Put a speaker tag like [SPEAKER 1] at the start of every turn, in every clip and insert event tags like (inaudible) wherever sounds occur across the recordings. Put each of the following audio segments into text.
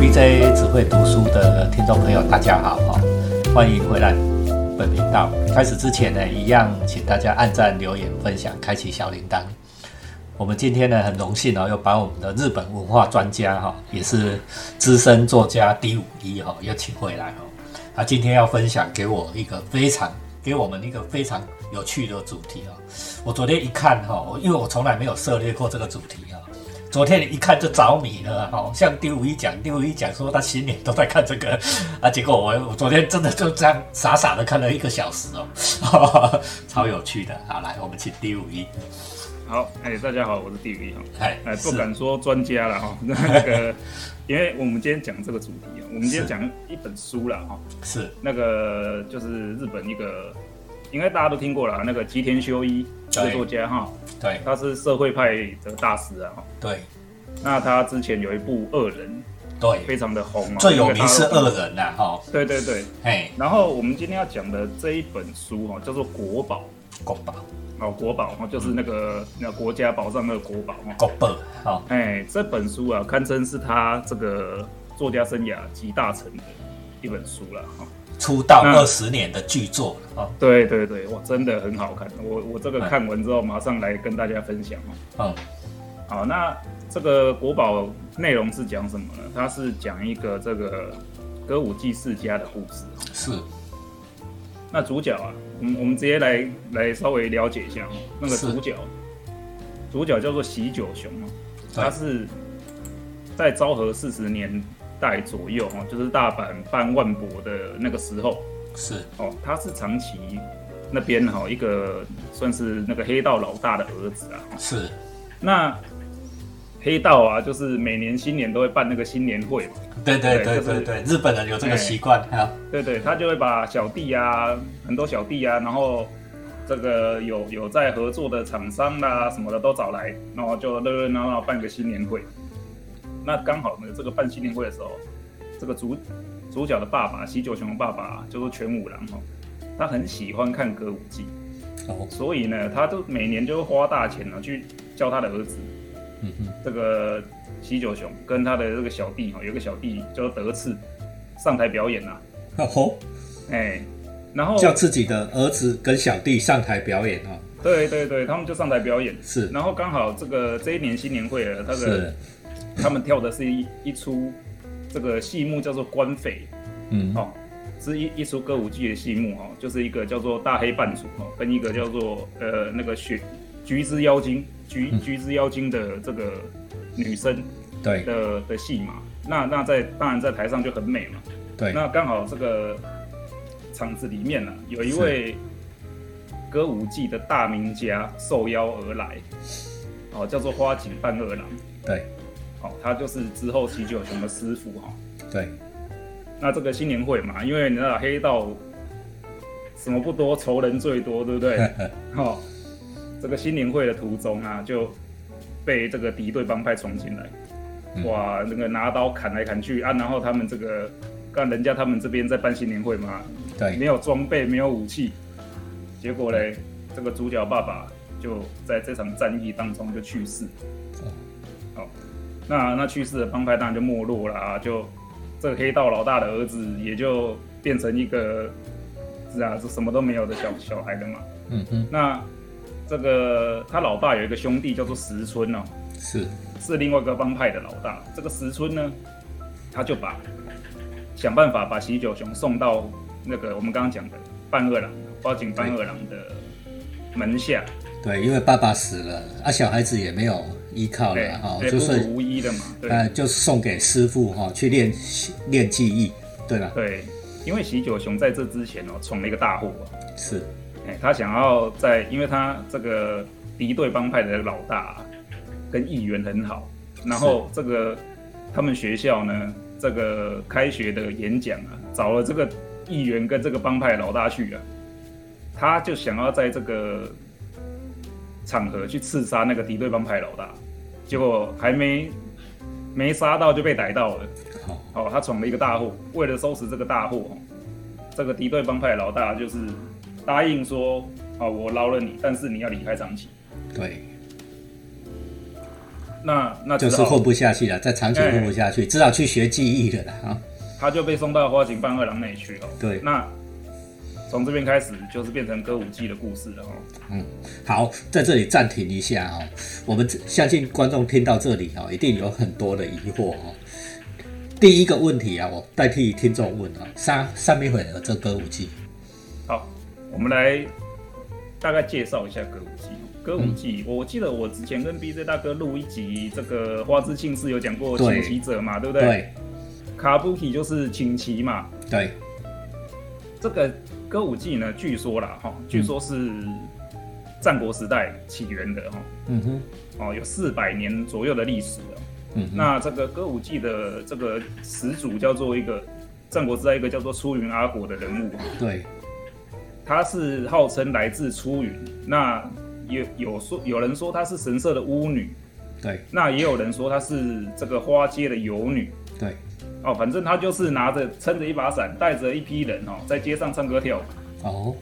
[SPEAKER 1] DJ 只会读书的听众朋友，大家好哈、欢迎回来本频道。开始之前呢，一样请大家按赞、留言、分享、开启小铃铛。我们今天呢，很荣幸哦，又把我们的日本文化专家哈、也是资深作家第五一哈、又请回来哦。他今天要分享给我一个非常给我们一个非常有趣的主题哦。我昨天一看哈、我因为我从来没有涉猎过这个主题啊、昨天一看就着迷了，好、像第五一讲，第五一讲说他新年都在看这个， (laughs) 啊，结果我我昨天真的就这样傻傻的看了一个小时哦， (laughs) 超有趣的。好，来，我们请第五一，
[SPEAKER 2] 好，哎，大家好，我是地理哈。
[SPEAKER 1] 哎，
[SPEAKER 2] 哎，不
[SPEAKER 1] 是
[SPEAKER 2] 敢说专家了
[SPEAKER 1] (laughs)
[SPEAKER 2] 哈，那个，因为我们今天讲这个主题啊，我们今天
[SPEAKER 1] 是
[SPEAKER 2] 讲一本书了哈，
[SPEAKER 1] 是，
[SPEAKER 2] 那个就是日本一个，应该大家都听过了，那个吉田修一这个
[SPEAKER 1] 对
[SPEAKER 2] 作家哈，
[SPEAKER 1] 对
[SPEAKER 2] 他是社会派的大师啊哈。
[SPEAKER 1] 对
[SPEAKER 2] 那他之前有一部《恶人
[SPEAKER 1] 对，
[SPEAKER 2] 非常的红啊，
[SPEAKER 1] 最有名是
[SPEAKER 2] 这个大家都
[SPEAKER 1] 恶人啊呐、哈、
[SPEAKER 2] 对对对，
[SPEAKER 1] 哎，
[SPEAKER 2] 然后我们今天要讲的这一本书哈，叫做《国宝》
[SPEAKER 1] 国宝
[SPEAKER 2] 哦，国宝哈，就是那个那国家宝藏那个国宝哈。
[SPEAKER 1] 国宝，哈、
[SPEAKER 2] 哎，这本书啊，堪称是他这个作家生涯集大成的一本书了哈、
[SPEAKER 1] 出道
[SPEAKER 2] 嗯
[SPEAKER 1] 二十年的巨作了，哦，
[SPEAKER 2] 对对对，哇，真的很好看。我我这个
[SPEAKER 1] 哎
[SPEAKER 2] 看完之后，马上来跟大家分享哦。
[SPEAKER 1] 嗯，
[SPEAKER 2] 好，那这个国宝内容是讲什么呢？它是讲一个这个歌舞伎世家的故事。
[SPEAKER 1] 是，
[SPEAKER 2] 那主角啊，我们我们直接来来稍微了解一下哦。那个
[SPEAKER 1] 是
[SPEAKER 2] 主角，主角叫做喜久雄哦，
[SPEAKER 1] 对
[SPEAKER 2] 他是在昭和四十年代左右哦，就是大阪办万博的那个时候
[SPEAKER 1] 是，
[SPEAKER 2] 哦，他是长崎那边哈、哦、一个算是那个黑道老大的儿子啊。
[SPEAKER 1] 是，
[SPEAKER 2] 那黑道啊，就是每年新年都会办那个新年会嘛，
[SPEAKER 1] 对对对
[SPEAKER 2] 对
[SPEAKER 1] 对
[SPEAKER 2] 就是
[SPEAKER 1] 对，日本人有这个
[SPEAKER 2] 哎
[SPEAKER 1] 习惯，哈、
[SPEAKER 2] 对对，他就会把小弟啊，很多小弟啊，然后这个有有在合作的厂商啦、什么的都找来，然后就热热闹闹办个新年会。那刚好呢，这个办新年会的时候，这个主主角的爸爸喜久雄的爸爸就是全武郎哦，他很喜欢看歌舞伎，
[SPEAKER 1] 哦，
[SPEAKER 2] 所以呢，他就每年就会花大钱呢、去教他的儿子
[SPEAKER 1] 嗯哼，
[SPEAKER 2] 这个喜久雄跟他的这个小弟哦，有一个小弟叫德次上台表演呐、啊，
[SPEAKER 1] 哦。
[SPEAKER 2] 哎、然
[SPEAKER 1] (laughs)
[SPEAKER 2] 后
[SPEAKER 1] 叫自己的儿子跟小弟上台表演哦，
[SPEAKER 2] 对对对，他们就上台表演，
[SPEAKER 1] 是
[SPEAKER 2] 然后刚好这个这一年新年会了，他的
[SPEAKER 1] 是，
[SPEAKER 2] 他们跳的是一一出这个戏目叫做《官匪
[SPEAKER 1] 嗯》，
[SPEAKER 2] 哦，是一一出歌舞剧的戏目哦，就是一个叫做大黑扮主哦，跟一个叫做呃那个雪菊之妖精菊
[SPEAKER 1] 嗯
[SPEAKER 2] 菊之妖精的这个女生
[SPEAKER 1] 对
[SPEAKER 2] 的的戏嘛，那那在当然在台上就很美嘛，
[SPEAKER 1] 对，
[SPEAKER 2] 那刚好这个场子里面呢、有一位歌舞伎的大名家受邀而来，哦，叫做花井半二郎，
[SPEAKER 1] 对
[SPEAKER 2] 哦，他就是之后喜久雄的师傅哈、
[SPEAKER 1] 对 (laughs)
[SPEAKER 2] 那这个新年会嘛，因为你知道黑道什么不多，仇人最多，对不对？哦，这个新年会的途中啊，就被这个敌对帮派闯进来，
[SPEAKER 1] 嗯
[SPEAKER 2] 哇，那个拿刀砍来砍去啊，然后他们这个。干人家他们这边在办新年会嘛，没
[SPEAKER 1] 对，
[SPEAKER 2] 有装备，没有武器。结果嘞，这个主角爸爸就在这场战役当中就去世。
[SPEAKER 1] 哦
[SPEAKER 2] 好、那那去世的帮派当然就没落啦，就这个黑道老大的儿子也就变成一个是啊，这什么都没有的小小孩了嘛。
[SPEAKER 1] 嗯哼，
[SPEAKER 2] 那这个他老爸有一个兄弟叫做石村哦，
[SPEAKER 1] 是
[SPEAKER 2] 是另外一个帮派的老大。这个石村呢，他就把想办法把喜久雄送到那个我们刚刚讲的半二郎花井半二郎的门下，
[SPEAKER 1] 对，因为爸爸死了，啊，小孩子也没有依靠
[SPEAKER 2] 对
[SPEAKER 1] 了，哈，
[SPEAKER 2] 对，
[SPEAKER 1] 就
[SPEAKER 2] 孤
[SPEAKER 1] 是
[SPEAKER 2] 苦无依的嘛，对、
[SPEAKER 1] 呃，就送给师傅哈去练练技艺，对吧？
[SPEAKER 2] 对，因为喜久雄在这之前哦闯了一个大祸、啊，
[SPEAKER 1] 是，
[SPEAKER 2] 哎、他想要在，因为他这个敌对帮派的老大、跟议员很好，然后这个他们学校呢，这个开学的演讲啊，找了这个议员跟这个帮派老大去啊，他就想要在这个场合去刺杀那个敌对帮派老大，结果还没没杀到就被逮到了。
[SPEAKER 1] 哦，
[SPEAKER 2] 哦，他闯了一个大祸。为了收拾这个大祸，哦这个敌对帮派的老大就是答应说，哦啊、我饶了你，但是你要离开长崎。
[SPEAKER 1] 对，
[SPEAKER 2] 那那
[SPEAKER 1] 就
[SPEAKER 2] 只
[SPEAKER 1] 是
[SPEAKER 2] 好
[SPEAKER 1] 混不下去了，在长久混不
[SPEAKER 2] 哎
[SPEAKER 1] 下去，至少去学技艺了啦。啊，
[SPEAKER 2] 他就被送到花井半二郎那里去了。
[SPEAKER 1] 对
[SPEAKER 2] 那从这边开始就是变成歌舞伎的故事了哦。
[SPEAKER 1] 好，在这里暂停一下哦。我们相信观众听到这里哦，一定有很多的疑惑哦。第一个问题啊，我代替听众问啊，三三面混合这歌舞伎，
[SPEAKER 2] 好，我们来大概介绍一下歌舞伎。歌舞伎，
[SPEAKER 1] 嗯
[SPEAKER 2] 我记得我之前跟 BJ 大哥录一集这个花之庆是有讲过
[SPEAKER 1] 对
[SPEAKER 2] 请棋者嘛，对不对？
[SPEAKER 1] 对
[SPEAKER 2] 卡布奇就是请棋嘛。
[SPEAKER 1] 对，
[SPEAKER 2] 这个歌舞伎呢，据说
[SPEAKER 1] 嗯
[SPEAKER 2] 啦哈，据说是战国时代起源的哈，
[SPEAKER 1] 嗯哼，
[SPEAKER 2] 哦，有四百年左右的历史了。
[SPEAKER 1] 嗯哼，
[SPEAKER 2] 那这个歌舞伎的这个始祖叫做一个战国时代一个叫做出云阿果的人物，
[SPEAKER 1] 对，
[SPEAKER 2] 他是号称来自出云，那也有说有人说她是神社的巫女，
[SPEAKER 1] 对，
[SPEAKER 2] 那也有人说她是这个花街的游女。
[SPEAKER 1] 对，
[SPEAKER 2] 哦，反正她就是拿着撑着一把伞，带着一批人哦，在街上唱歌跳舞。
[SPEAKER 1] 哦。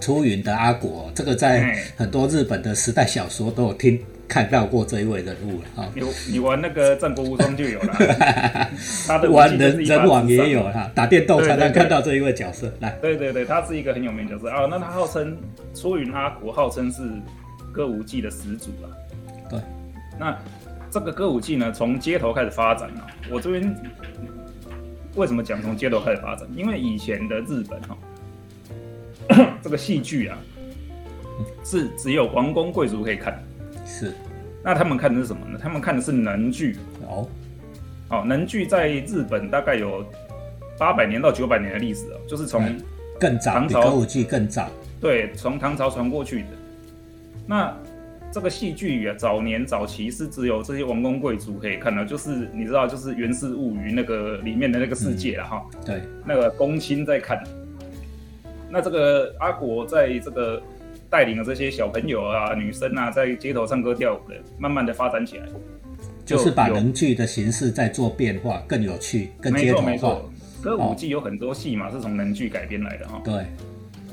[SPEAKER 1] 出云的阿果，这个在
[SPEAKER 2] 哎
[SPEAKER 1] 很多日本的时代小说都有听看到过这一位人物了啊。
[SPEAKER 2] 你你玩那个《战国无双》就有
[SPEAKER 1] (laughs)
[SPEAKER 2] 了，他的武
[SPEAKER 1] 玩
[SPEAKER 2] 器就是
[SPEAKER 1] 人
[SPEAKER 2] 一把
[SPEAKER 1] 人网
[SPEAKER 2] 纸伞
[SPEAKER 1] 也有。啦，打电动才能
[SPEAKER 2] 对对对
[SPEAKER 1] 看到这一位角色。来，
[SPEAKER 2] 对对对，他是一个很有名的角色啊。那他号称出云阿国，号称是歌舞伎的始祖啊。
[SPEAKER 1] 对，
[SPEAKER 2] 那这个歌舞伎呢，从街头开始发展啊。我这边为什么讲从街头开始发展？因为以前的日本哈、 (coughs) 这个戏剧啊，
[SPEAKER 1] 嗯
[SPEAKER 2] 是只有王公贵族可以看。
[SPEAKER 1] 是
[SPEAKER 2] 那他们看的是什么呢？他们看的是能剧。
[SPEAKER 1] 哦，
[SPEAKER 2] 哦，能剧在日本大概有八百年到九百年的历史哦，就是从、
[SPEAKER 1] 嗯更早
[SPEAKER 2] 唐
[SPEAKER 1] 比
[SPEAKER 2] 朝
[SPEAKER 1] 歌舞伎更早。
[SPEAKER 2] 对从唐朝传过去的。那这个戏剧啊，早年早期是只有这些王公贵族可以看到，就是你知道，就是《源氏物语》那个里面的那个世界了哈、
[SPEAKER 1] 对，
[SPEAKER 2] 那个公卿在看。那这个阿国在这个带领了这些小朋友啊、女生啊，在街头唱歌跳舞的，慢慢的发展起来，
[SPEAKER 1] 就是把
[SPEAKER 2] 有
[SPEAKER 1] 能剧的形式在做变化，更有趣，更
[SPEAKER 2] 没
[SPEAKER 1] 街头哦
[SPEAKER 2] 错没
[SPEAKER 1] 化。
[SPEAKER 2] 错，歌舞伎有很多戏嘛是从能剧改编来的哈、哦
[SPEAKER 1] 对，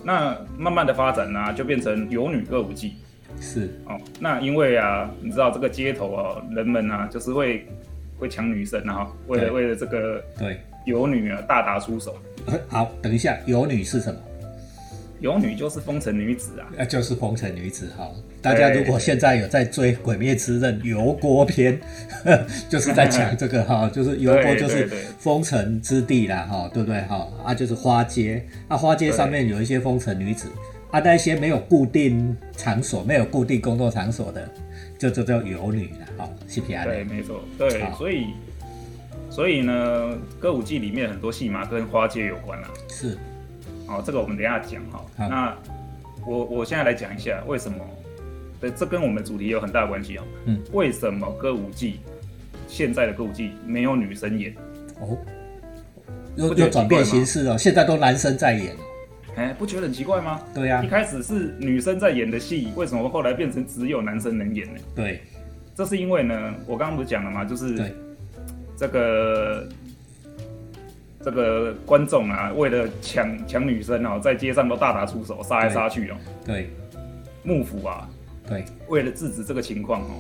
[SPEAKER 2] 那慢慢的发展呢、就变成有女歌舞伎
[SPEAKER 1] 是，
[SPEAKER 2] 哦。那因为啊，你知道这个街头啊，人们啊，就是会会抢女生啊，为了
[SPEAKER 1] 对
[SPEAKER 2] 为了这个
[SPEAKER 1] 对。 (laughs)
[SPEAKER 2] 有女啊大打出手。
[SPEAKER 1] 好，等一下，有女是什么？
[SPEAKER 2] 有女就是风尘女子啊，
[SPEAKER 1] 呃，就是风尘女子哈。大家如果现在有在追《鬼灭之刃》油锅篇， (laughs) 就是在讲这个
[SPEAKER 2] (laughs)
[SPEAKER 1] 哈，就是油锅
[SPEAKER 2] 对
[SPEAKER 1] 就
[SPEAKER 2] 对
[SPEAKER 1] 是
[SPEAKER 2] 对
[SPEAKER 1] 风尘之地啦哈，对不对哈？啊，就是花街，啊，花街上面有一些风尘女子，啊，那一些没有固定场所、没有固定工作场所的，就就叫游女了哈，是不是这
[SPEAKER 2] 对，
[SPEAKER 1] 样？
[SPEAKER 2] 没错，对
[SPEAKER 1] 好，
[SPEAKER 2] 所以所以呢，歌舞伎里面很多戏码跟花街有关啊。
[SPEAKER 1] 是，
[SPEAKER 2] 哦，这个我们等一下讲哈、
[SPEAKER 1] 好
[SPEAKER 2] 那我我现在来讲一下为什么，对，这跟我们的主题有很大的关系哦。
[SPEAKER 1] 嗯，
[SPEAKER 2] 为什么歌舞伎现在的歌舞伎没有女生演？
[SPEAKER 1] 哦，又
[SPEAKER 2] 不觉得
[SPEAKER 1] 又转变
[SPEAKER 2] 奇怪
[SPEAKER 1] 形
[SPEAKER 2] 吗
[SPEAKER 1] 式哦，现在都男生在演，
[SPEAKER 2] 哎，不觉得很奇怪吗？
[SPEAKER 1] 对啊呀、
[SPEAKER 2] 一开始是女生在演的戏，为什么后来变成只有男生能演呢？
[SPEAKER 1] 对
[SPEAKER 2] 这是因为呢，我刚刚不是讲了吗？就是
[SPEAKER 1] 对
[SPEAKER 2] 这个这个观众啊，为了抢抢女生哦，在街上都大打出手，杀来杀去哦。
[SPEAKER 1] 对
[SPEAKER 2] 幕府啊，
[SPEAKER 1] 对， (laughs)
[SPEAKER 2] 为了制止这个情况哦，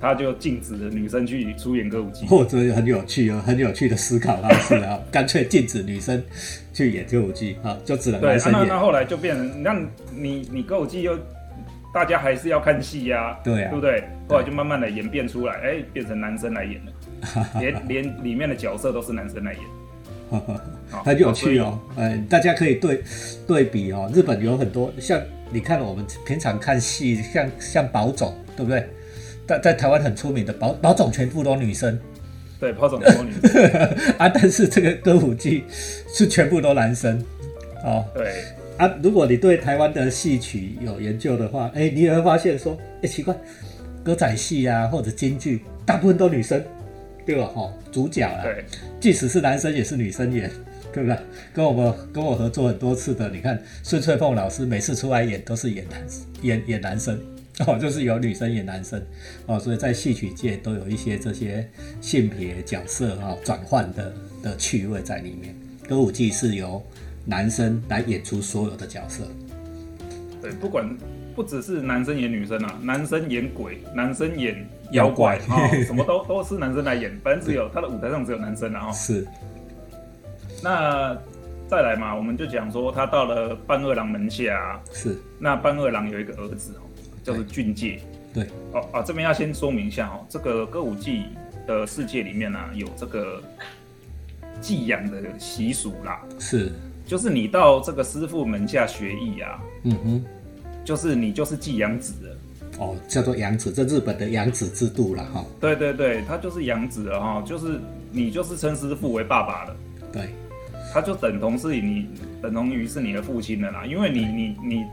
[SPEAKER 2] 他就禁止了女生去出演歌舞伎。
[SPEAKER 1] 或者很有趣哦，很有趣的思考方式
[SPEAKER 2] (laughs)
[SPEAKER 1] 啊，干脆禁止女生去演歌舞剧啊，就只能
[SPEAKER 2] 对，
[SPEAKER 1] 男
[SPEAKER 2] 啊
[SPEAKER 1] 生
[SPEAKER 2] 那
[SPEAKER 1] 演
[SPEAKER 2] 那，后来就变成，那你你歌舞伎又大家还是要看戏呀、
[SPEAKER 1] 对啊
[SPEAKER 2] 对不对？后来就慢慢的演变出来，哎、变成男生来演
[SPEAKER 1] (laughs)
[SPEAKER 2] 了，连连里面的角色都是男生来演，啊
[SPEAKER 1] (laughs) 很有趣哦。呃，大家可以对对比哦，日本有很多像你看我们平常看戏，像像宝冢，对不对？在在台湾很出名的宝宝冢全部都女生 (laughs)
[SPEAKER 2] 对，抛总魔女，
[SPEAKER 1] 啊，但是这个歌舞剧是全部都男生哦。
[SPEAKER 2] 对，
[SPEAKER 1] 啊，如果你对台湾的戏曲有研究的话，哎、你也会发现说，哎、奇怪，歌仔戏啊或者京剧，大部分都女生，对吧？哈、主角啊，
[SPEAKER 2] 对，
[SPEAKER 1] 即使是男生也是女生演，对不对？跟我们跟我合作很多次的，你看孙翠凤老师每次出来演都是演男演演男生。 (laughs) 哦，就是有女生演男生，哦，所以在戏曲界都有一些这些性别角色啊、哦、转换的的趣味在里面。歌舞伎是由男生来演出所有的角色，
[SPEAKER 2] 对，不管不不只是男生演女生啊，男生演鬼，男生演妖怪
[SPEAKER 1] 妖
[SPEAKER 2] 啊、哦，什么都都是男生来演，反正只有他的舞台上只有男生啊、哦。
[SPEAKER 1] 是
[SPEAKER 2] 那再来嘛，我们就讲说他到了半二郎门下、啊，
[SPEAKER 1] 是，
[SPEAKER 2] 那半二郎有一个儿子哦，叫做俊介。
[SPEAKER 1] 对，
[SPEAKER 2] 哦啊，这边要先说明一下哦，这个歌舞伎的世界里面呢、有这个寄养的习俗啦，
[SPEAKER 1] 是，
[SPEAKER 2] 就是你到这个师傅门下学艺啊，
[SPEAKER 1] 嗯哼，
[SPEAKER 2] 就是你就是寄养子了。
[SPEAKER 1] 哦，叫做养子，这日本的养子制度了哈、
[SPEAKER 2] 对对对，他就是养子了哈，就是你就是称师傅为爸爸了，
[SPEAKER 1] 对，
[SPEAKER 2] 他就等同是你，等同于是你的父亲了啦，因为你你你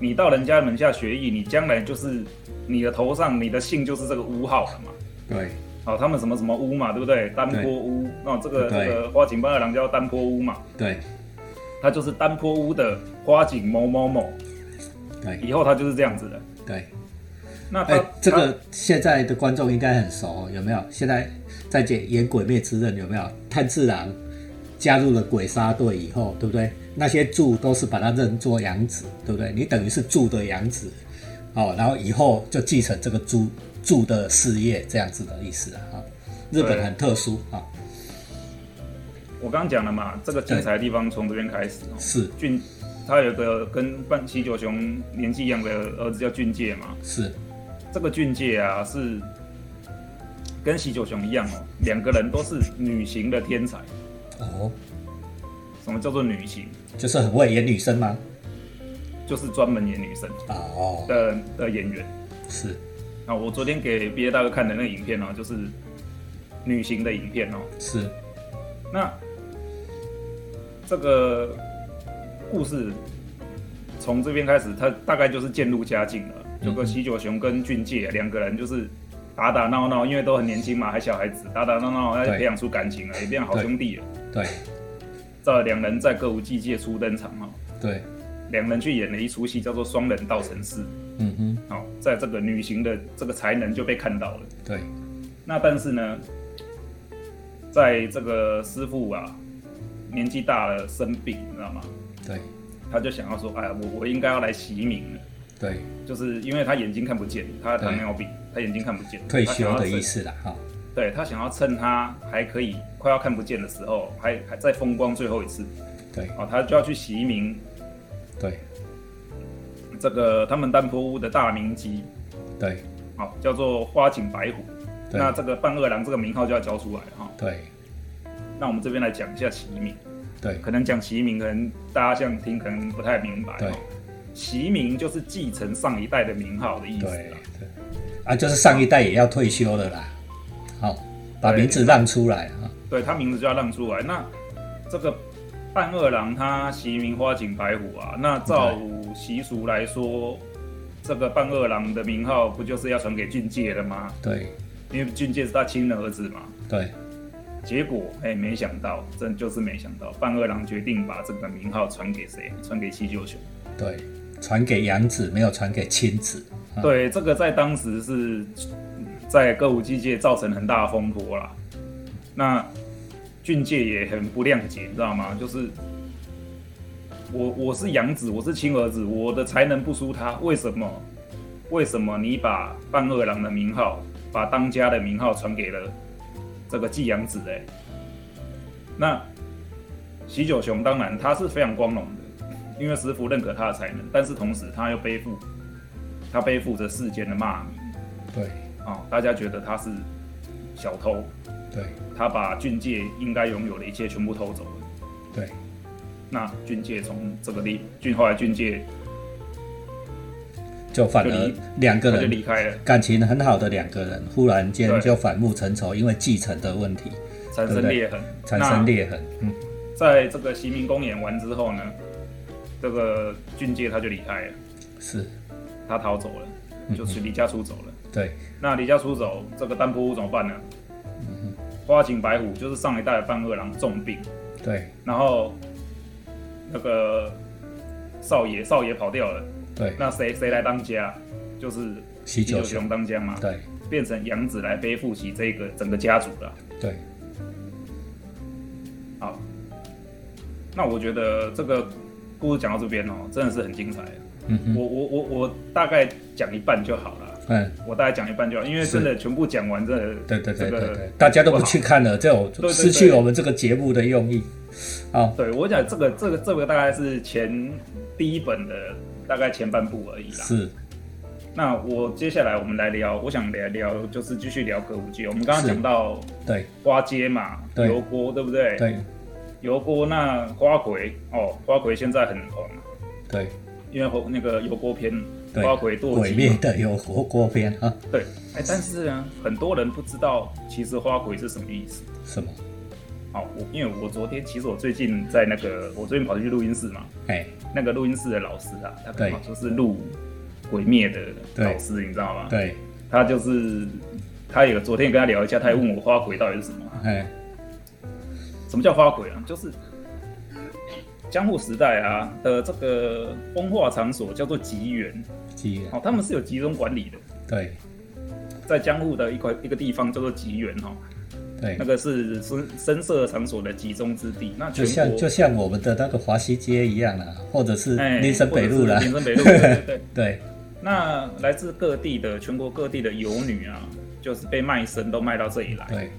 [SPEAKER 2] 你到人家门下学艺，你将来就是你的头上你的姓就是这个屋号了嘛。
[SPEAKER 1] 对，
[SPEAKER 2] 好，他们什么什么屋嘛，对不对？丹坡屋，那这个这
[SPEAKER 1] 对
[SPEAKER 2] 个花井半二郎叫丹坡屋嘛，
[SPEAKER 1] 对，
[SPEAKER 2] 他就是丹坡屋的花井某某某，
[SPEAKER 1] 对，
[SPEAKER 2] 以后他就是这样子的。
[SPEAKER 1] 对。
[SPEAKER 2] 那他、
[SPEAKER 1] 哎，这
[SPEAKER 2] 他
[SPEAKER 1] 个现在的观众应该很熟、哦，有没有？现在在演演《鬼灭之刃》有没有？炭治郎加入了鬼杀队以后，对不对？那些柱都是把他认作养子，对不对？你等于是柱的养子，哦，然后以后就继承这个柱柱的事业，这样子的意思啊。哦日本很特殊啊、
[SPEAKER 2] 我刚刚讲了嘛，这个精彩的地方从这边开始哦。
[SPEAKER 1] 是
[SPEAKER 2] 俊，他有个跟半七九雄年纪一样的儿子叫俊介嘛。
[SPEAKER 1] 是，
[SPEAKER 2] 这个俊介啊，是跟喜九雄一样哦，两个人都是女型的天才。
[SPEAKER 1] 哦，
[SPEAKER 2] 什么叫做女型？
[SPEAKER 1] 就是很会演女生吗？
[SPEAKER 2] 就是专门演女生
[SPEAKER 1] 哦，
[SPEAKER 2] 的的演员。
[SPEAKER 1] 是
[SPEAKER 2] 啊，我昨天给毕业大哥看的那个影片哦，就是女型的影片哦。
[SPEAKER 1] 是，
[SPEAKER 2] 那这个故事从这边开始，他大概就是渐入佳境了。就
[SPEAKER 1] 嗯
[SPEAKER 2] 跟喜九雄跟俊介两个人就是打打闹闹，因为都很年轻嘛，还小孩子，打打闹闹，那就
[SPEAKER 1] 对
[SPEAKER 2] 培养出感情了，啊也变好兄弟了。
[SPEAKER 1] 对
[SPEAKER 2] 这两人在歌舞伎界初登场哦，
[SPEAKER 1] 对，
[SPEAKER 2] 两人去演了一出戏，叫做《双人道成寺》。
[SPEAKER 1] 嗯哼，
[SPEAKER 2] 哦，在这个女行的这个才能就被看到了。
[SPEAKER 1] 对
[SPEAKER 2] 那但是呢，在这个师傅啊年纪大了生病，你知道吗？
[SPEAKER 1] 对
[SPEAKER 2] 他就想要说，哎呀，我我应该要来洗名了，
[SPEAKER 1] 对，
[SPEAKER 2] 就是因为他眼睛看不见，他糖尿病，他眼睛看不见，
[SPEAKER 1] 退
[SPEAKER 2] 他想
[SPEAKER 1] 休
[SPEAKER 2] 要
[SPEAKER 1] 的意
[SPEAKER 2] 趁。
[SPEAKER 1] 思啦，哈、
[SPEAKER 2] 对他想要趁他还可以快要看不见的时候，还还在风光最后一次，
[SPEAKER 1] 对
[SPEAKER 2] 哦，他就要去洗名
[SPEAKER 1] 对
[SPEAKER 2] 这个他们丹坡屋的大名妓，
[SPEAKER 1] 对
[SPEAKER 2] 哦，叫做花井白虎。
[SPEAKER 1] 对
[SPEAKER 2] 那这个半二郎这个名号就要交出来了哈、
[SPEAKER 1] 对
[SPEAKER 2] 那我们这边来讲一下洗名。
[SPEAKER 1] 对
[SPEAKER 2] 可能讲齐名，可能大家这样听可能不太明白、
[SPEAKER 1] 对
[SPEAKER 2] 哦。齐名就是继承上一代的名号的意思
[SPEAKER 1] 对
[SPEAKER 2] 啦。
[SPEAKER 1] 对，啊，就是上一代也要退休了啦，好、把
[SPEAKER 2] 对
[SPEAKER 1] 名字让出来啊、
[SPEAKER 2] 对，他名字就要让出来。那这个半二郎他齐名花井白虎啊，那照习俗来说，这个半二郎的名号不就是要传给俊介了吗？
[SPEAKER 1] 对
[SPEAKER 2] 因为俊介是他亲儿子嘛。
[SPEAKER 1] 对
[SPEAKER 2] 结果，哎、没想到，真就是没想到，半二郎决定把这个名号传给谁？传给七九雄。
[SPEAKER 1] 对，传给养子，没有传给亲子，啊、
[SPEAKER 2] 对，这个在当时是在歌舞伎界造成很大的风波啦。那俊介也很不谅解，你知道吗？就是我我是养子，我是亲儿子，我的才能不输他，为什么？为什么你把半二郎的名号，把当家的名号传给了这个季养子、欸？哎，那喜九雄当然他是非常光荣的，因为师傅认可他的才能，但是同时他又背负他背负着世间的骂名
[SPEAKER 1] 对
[SPEAKER 2] 啊、大家觉得他是小偷，
[SPEAKER 1] 对
[SPEAKER 2] 他把俊介应该拥有的一切全部偷走了。
[SPEAKER 1] 对
[SPEAKER 2] 那俊介从这个地，俊后来俊介
[SPEAKER 1] 就反
[SPEAKER 2] 就
[SPEAKER 1] 而
[SPEAKER 2] 离
[SPEAKER 1] 两
[SPEAKER 2] 他
[SPEAKER 1] 个
[SPEAKER 2] 就离
[SPEAKER 1] 人
[SPEAKER 2] 开了，
[SPEAKER 1] 感情很好的两个人，忽然间
[SPEAKER 2] 对
[SPEAKER 1] 就反目成仇，因为继承的问题
[SPEAKER 2] 产生裂痕。
[SPEAKER 1] 产生裂痕，嗯，
[SPEAKER 2] 那在这个齐民公演完之后呢，这个俊介他就离开了，
[SPEAKER 1] 是
[SPEAKER 2] 他逃走
[SPEAKER 1] 嗯
[SPEAKER 2] 了，就是离家出走了。
[SPEAKER 1] 对
[SPEAKER 2] 那离家出走，这个丹坡屋怎么办呢？花井白虎就是上一代的半二郎重病，
[SPEAKER 1] 对
[SPEAKER 2] 然后那个少爷少爷跑掉了，
[SPEAKER 1] 对，
[SPEAKER 2] 那谁谁来当家？就是
[SPEAKER 1] 喜
[SPEAKER 2] 九
[SPEAKER 1] 九
[SPEAKER 2] 雄
[SPEAKER 1] 雄，
[SPEAKER 2] 当家嘛，
[SPEAKER 1] 对
[SPEAKER 2] 变成养子来背负起这个整个家族了。
[SPEAKER 1] 对
[SPEAKER 2] 好，那我觉得这个故事讲到这边哦，真的是很精彩。
[SPEAKER 1] 嗯哼，
[SPEAKER 2] 我我我我大概讲一半就好了，
[SPEAKER 1] 嗯，
[SPEAKER 2] 我大概讲一半就好，因为真的全部讲完真的
[SPEAKER 1] 对对对
[SPEAKER 2] 这
[SPEAKER 1] 对
[SPEAKER 2] 个
[SPEAKER 1] 对，大家都不
[SPEAKER 2] 好
[SPEAKER 1] 去看了，这种
[SPEAKER 2] 对对
[SPEAKER 1] 失去
[SPEAKER 2] 对
[SPEAKER 1] 我们这个节目的用意。好，
[SPEAKER 2] 对我讲这个这个这个大概是前第一本的大概前半部而已啦。
[SPEAKER 1] 是
[SPEAKER 2] 那我接下来我们来聊，我想来聊就是继续聊歌舞伎。我们刚刚
[SPEAKER 1] 是
[SPEAKER 2] 讲到
[SPEAKER 1] 对
[SPEAKER 2] 花街嘛，
[SPEAKER 1] 对
[SPEAKER 2] 油锅对不对？
[SPEAKER 1] 对
[SPEAKER 2] 油锅那花魁哦，花魁现在很红，啊
[SPEAKER 1] 对
[SPEAKER 2] 因为红那个油锅片
[SPEAKER 1] 对，
[SPEAKER 2] 花魁堕
[SPEAKER 1] 鬼
[SPEAKER 2] 姬
[SPEAKER 1] 灭
[SPEAKER 2] 嘛。
[SPEAKER 1] 的有火锅篇啊，
[SPEAKER 2] 对，哎，但是呢，很多人不知道其实花魁是什么意思。
[SPEAKER 1] 什么？
[SPEAKER 2] 好，我因为我昨天其实我最近在那个我最近跑去录音室嘛，
[SPEAKER 1] 哎，
[SPEAKER 2] 那个录音室的老师啊，他
[SPEAKER 1] 对
[SPEAKER 2] 刚好就是录《鬼灭》的
[SPEAKER 1] 对
[SPEAKER 2] 老师，你知道吗？
[SPEAKER 1] 对，
[SPEAKER 2] 他就是他有昨天跟他聊一下，他也问我花魁到底是什么啊、
[SPEAKER 1] 哎，
[SPEAKER 2] 什么叫花魁啊？就是江户时代啊的这个风化场所叫做吉原，
[SPEAKER 1] 机缘
[SPEAKER 2] 哦，他们是有集中管理的，
[SPEAKER 1] 对
[SPEAKER 2] 在江户的一块一个地方叫做吉原哦，
[SPEAKER 1] 对
[SPEAKER 2] 那，个是深深色场所的集中之地。那
[SPEAKER 1] 就
[SPEAKER 2] 全
[SPEAKER 1] 像
[SPEAKER 2] 国
[SPEAKER 1] 就像我们的那个华西街一样啦，或者是
[SPEAKER 2] 哎
[SPEAKER 1] 林森北路啦
[SPEAKER 2] 或，者是林森北路，对对
[SPEAKER 1] (laughs)
[SPEAKER 2] 对。
[SPEAKER 1] 对
[SPEAKER 2] 那来自各地的全国各地的游女啊，就是被卖身都卖到这里来。
[SPEAKER 1] 对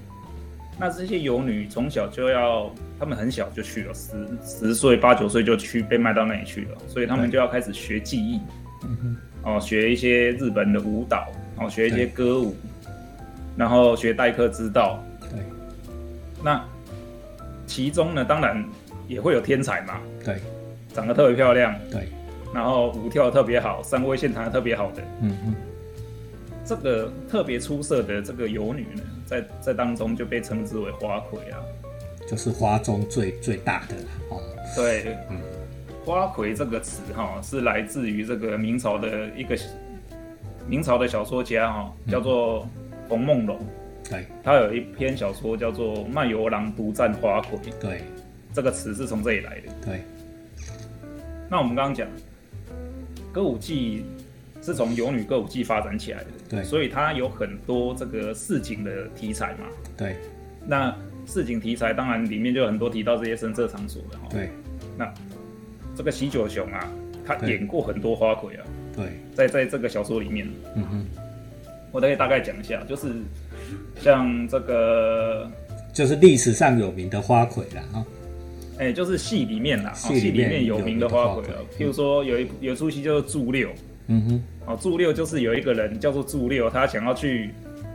[SPEAKER 2] 那这些游女从小就要，她们很小就去了，十十岁八九岁就去被卖到那里去了，所以她
[SPEAKER 1] 对
[SPEAKER 2] 们
[SPEAKER 1] 嗯
[SPEAKER 2] 就要开始学技艺，哦，学一些日本的舞蹈，哦，学一些
[SPEAKER 1] 对
[SPEAKER 2] 歌舞，然后学待客之道。
[SPEAKER 1] 对
[SPEAKER 2] 那其中呢，当然也会有天才嘛，
[SPEAKER 1] 对
[SPEAKER 2] 长得特别漂亮，
[SPEAKER 1] 对，
[SPEAKER 2] 然后舞跳得特别好，三味线弹得特别好的，
[SPEAKER 1] 嗯嗯，
[SPEAKER 2] 这个特别出色的这个游女呢，在在当中就被称之为花魁啊。
[SPEAKER 1] 就是花中最最大的啦哦，
[SPEAKER 2] 对，
[SPEAKER 1] 嗯
[SPEAKER 2] 花魁这个词哈、是来自于这个明朝的一个明朝的小说家哈、
[SPEAKER 1] 嗯
[SPEAKER 2] 叫做冯梦龙，
[SPEAKER 1] 对
[SPEAKER 2] 他有一篇小说叫做《卖油郎独占花魁》，
[SPEAKER 1] 对
[SPEAKER 2] 这个词是从这里来的。
[SPEAKER 1] 对
[SPEAKER 2] 那我们刚刚讲歌舞伎是从游女歌舞伎发展起来的，
[SPEAKER 1] 对
[SPEAKER 2] 所以它有很多这个市井的题材嘛。
[SPEAKER 1] 对
[SPEAKER 2] 那市井题材当然里面就有很多提到这些深色场所的哈。
[SPEAKER 1] 对
[SPEAKER 2] 那这个喜九雄啊，他
[SPEAKER 1] 对
[SPEAKER 2] 演过很多花魁啊，
[SPEAKER 1] 对，
[SPEAKER 2] 在在这个小说里面，
[SPEAKER 1] 嗯哼。
[SPEAKER 2] 我可以大概讲一下，就是像这个，
[SPEAKER 1] 就是历史上有名的花魁啦，哈、
[SPEAKER 2] 哎、就是戏里面啦，哦
[SPEAKER 1] 戏里面
[SPEAKER 2] 戏里面有名的花
[SPEAKER 1] 有
[SPEAKER 2] 魁啊
[SPEAKER 1] 名的花，
[SPEAKER 2] 譬
[SPEAKER 1] 魁
[SPEAKER 2] 如说有一有一出戏叫做《祝六》，
[SPEAKER 1] 嗯哼，
[SPEAKER 2] 哦，《祝六》就是有一个人叫做祝六，他想要去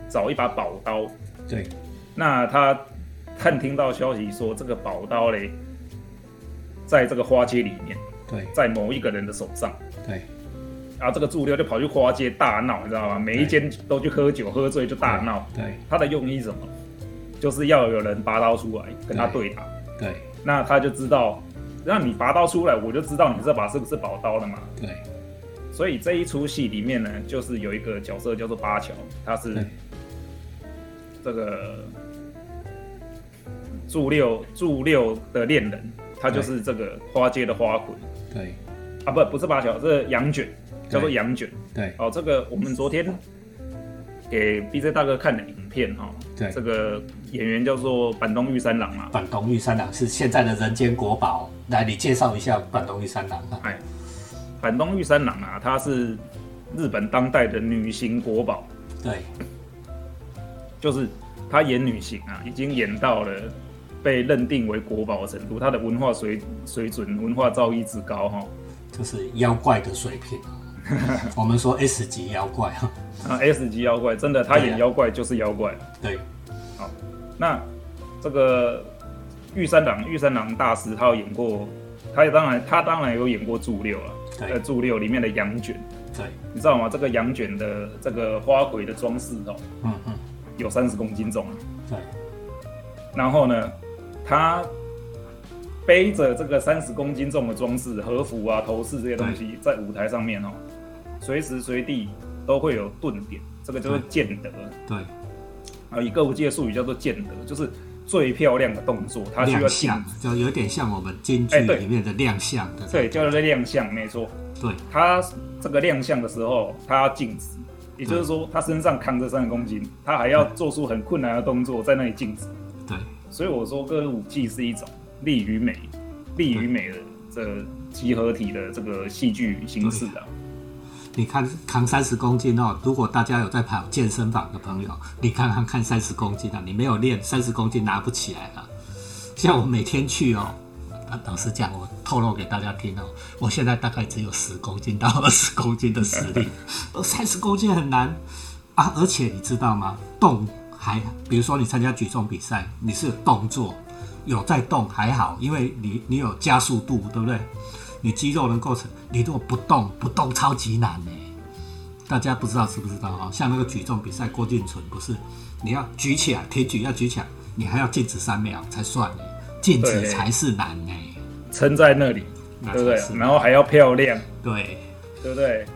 [SPEAKER 2] 找一把宝刀，
[SPEAKER 1] 对
[SPEAKER 2] 那他探听到消息说这个宝刀嘞，在这个花街里面。
[SPEAKER 1] 对
[SPEAKER 2] 在某一个人的手上，
[SPEAKER 1] 对
[SPEAKER 2] 然后这个助六就跑去花街大闹，你知道吗？每一间都去喝酒，喝醉就大闹。
[SPEAKER 1] 对
[SPEAKER 2] 他的用意是什么？就是要有人拔刀出来跟他对打，
[SPEAKER 1] 对
[SPEAKER 2] 那他就知道，让你拔刀出来，我就知道你这把是不是宝刀了嘛。
[SPEAKER 1] 对
[SPEAKER 2] 所以这一出戏里面呢，就是有一个角色叫做八桥，他是
[SPEAKER 1] 对
[SPEAKER 2] 这个助六助六的恋人，他就是这个花街的花魁
[SPEAKER 1] 对
[SPEAKER 2] 啊，不不是八桥，是杨卷，叫做
[SPEAKER 1] 对
[SPEAKER 2] 杨卷。
[SPEAKER 1] 对
[SPEAKER 2] 哦，这个我们昨天给 BJ 大哥看的影片哦哈、
[SPEAKER 1] 对
[SPEAKER 2] 这个演员叫做板东玉三郎嘛，
[SPEAKER 1] 板东玉三郎是现在的人间国宝，来，你介绍一下板东玉三郎吧。
[SPEAKER 2] 哎，板东玉三郎啊，她是日本当代的女型国宝，
[SPEAKER 1] 对
[SPEAKER 2] 就是她演女型啊，已经演到了被认定为国宝的程度，她的文化水水准、文化造诣之高哈、
[SPEAKER 1] 就是妖怪的水平，啊
[SPEAKER 2] (laughs)
[SPEAKER 1] 我们说 S 级妖怪 (laughs) 哈。
[SPEAKER 2] 啊，S 级妖怪，真的，她
[SPEAKER 1] 对啊
[SPEAKER 2] 演妖怪就是妖怪。
[SPEAKER 1] 对
[SPEAKER 2] 那这个玉三郎，玉三郎大师，他有演过，他也当然他当然有演过《祝六》了，
[SPEAKER 1] 对
[SPEAKER 2] 呃，《祝六》里面的羊卷，
[SPEAKER 1] 对，
[SPEAKER 2] 你知道吗？这个羊卷的这个花魁的装饰哦，
[SPEAKER 1] 嗯嗯，
[SPEAKER 2] 有三十公斤重啊。
[SPEAKER 1] 对
[SPEAKER 2] 然后呢，他背着这个三十公斤重的装饰、和服啊、头饰这些东西，在舞台上面哦，随时随地都会有顿点，这个就是
[SPEAKER 1] 对
[SPEAKER 2] 见得
[SPEAKER 1] 对
[SPEAKER 2] 啊，以歌舞界的术语叫做见得，就是最漂亮的动作，它需要
[SPEAKER 1] 亮
[SPEAKER 2] 镜
[SPEAKER 1] 相就有点像我们京剧
[SPEAKER 2] 哎对
[SPEAKER 1] 里面的亮相的。
[SPEAKER 2] 对，叫做亮相，没错。
[SPEAKER 1] 对
[SPEAKER 2] 他这个亮相的时候，他要静止，也就是说，他身上扛着三十公斤，他还要做出很困难的动作，在那里静止。
[SPEAKER 1] 对
[SPEAKER 2] 所以我说，歌舞伎是一种力与美，力与美的这集合体的这个戏剧形式啊。
[SPEAKER 1] 你看扛三十公斤哦，如果大家有在跑健身房的朋友，你看看看三十公斤啊，你没有练三十公斤拿不起来了。啊像我每天去哦，啊、老实讲，我透露给大家听哦，我现在大概只有十公斤到二十公斤的实力，三十公斤很难啊。而且你知道吗？动还，比如说你参加举重比赛，你是有动作，有在动还好，因为你你有加速度，对不对？你肌肉能够成，你如果不动，不动超级难呢。大家不知道知不知道啊、哦？像那个举重比赛，郭敬淳不是，你要举起来，挺举要举起来，你还要静止三秒才算呢，静止才是难呢。
[SPEAKER 2] 撑在那里，
[SPEAKER 1] 那才
[SPEAKER 2] 对
[SPEAKER 1] 是
[SPEAKER 2] 不对？然后还要漂亮，
[SPEAKER 1] 对
[SPEAKER 2] 对不对？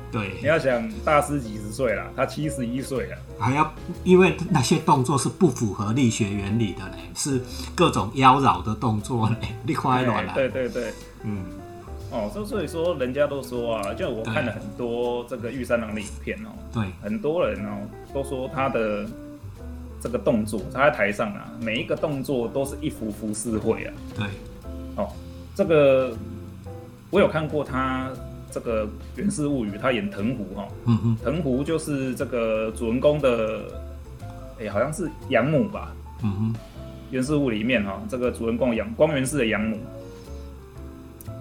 [SPEAKER 1] 对，
[SPEAKER 2] 你要想大师几十岁了，他七十一岁啊了，
[SPEAKER 1] 还要因为那些动作是不符合力学原理的呢，是各种妖娆的动作呢， (laughs) 你快乱了。
[SPEAKER 2] 对对对。
[SPEAKER 1] 嗯，
[SPEAKER 2] 哦，所以所以说，人家都说啊，就我看了很多这个玉三郎的影片哦，
[SPEAKER 1] 对
[SPEAKER 2] 很多人哦都说他的这个动作，他在台上啊，每一个动作都是一幅浮世绘啊。
[SPEAKER 1] 对，
[SPEAKER 2] 哦，这个我有看过他这个《源氏物语》，他演藤壶哈、哦，
[SPEAKER 1] 嗯哼，
[SPEAKER 2] 藤壶就是这个主人公的，哎，好像是养母吧，
[SPEAKER 1] 嗯哼，
[SPEAKER 2] 源氏物里面哈、这个主人公养光源氏的养母，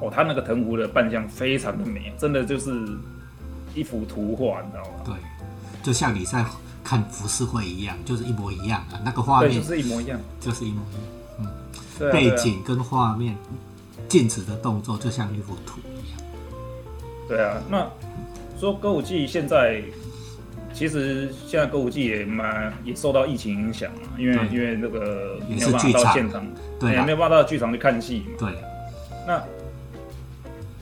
[SPEAKER 2] 哦，他那个藤壶的扮相非常的美，真的就是一幅图画，你知道吗？
[SPEAKER 1] 对，就像你在看浮世绘一样，就是一模一样啊，那个画
[SPEAKER 2] 对，
[SPEAKER 1] 面
[SPEAKER 2] 就是一模一样。
[SPEAKER 1] 就是一模一样。
[SPEAKER 2] 对啊、对
[SPEAKER 1] 背
[SPEAKER 2] 啊
[SPEAKER 1] 景跟画面静止的动作，就像一幅图一样。
[SPEAKER 2] 对啊，那说歌舞伎现在，其实现在歌舞伎也蛮也受到疫情影响嘛，因为
[SPEAKER 1] 对
[SPEAKER 2] 因为那个
[SPEAKER 1] 嗯也
[SPEAKER 2] 没
[SPEAKER 1] 是
[SPEAKER 2] 有办
[SPEAKER 1] 剧
[SPEAKER 2] 法到
[SPEAKER 1] 场
[SPEAKER 2] 现场，
[SPEAKER 1] 对
[SPEAKER 2] 也
[SPEAKER 1] 啦
[SPEAKER 2] 哎没，有办法到剧场去看戏嘛。
[SPEAKER 1] 对，
[SPEAKER 2] 那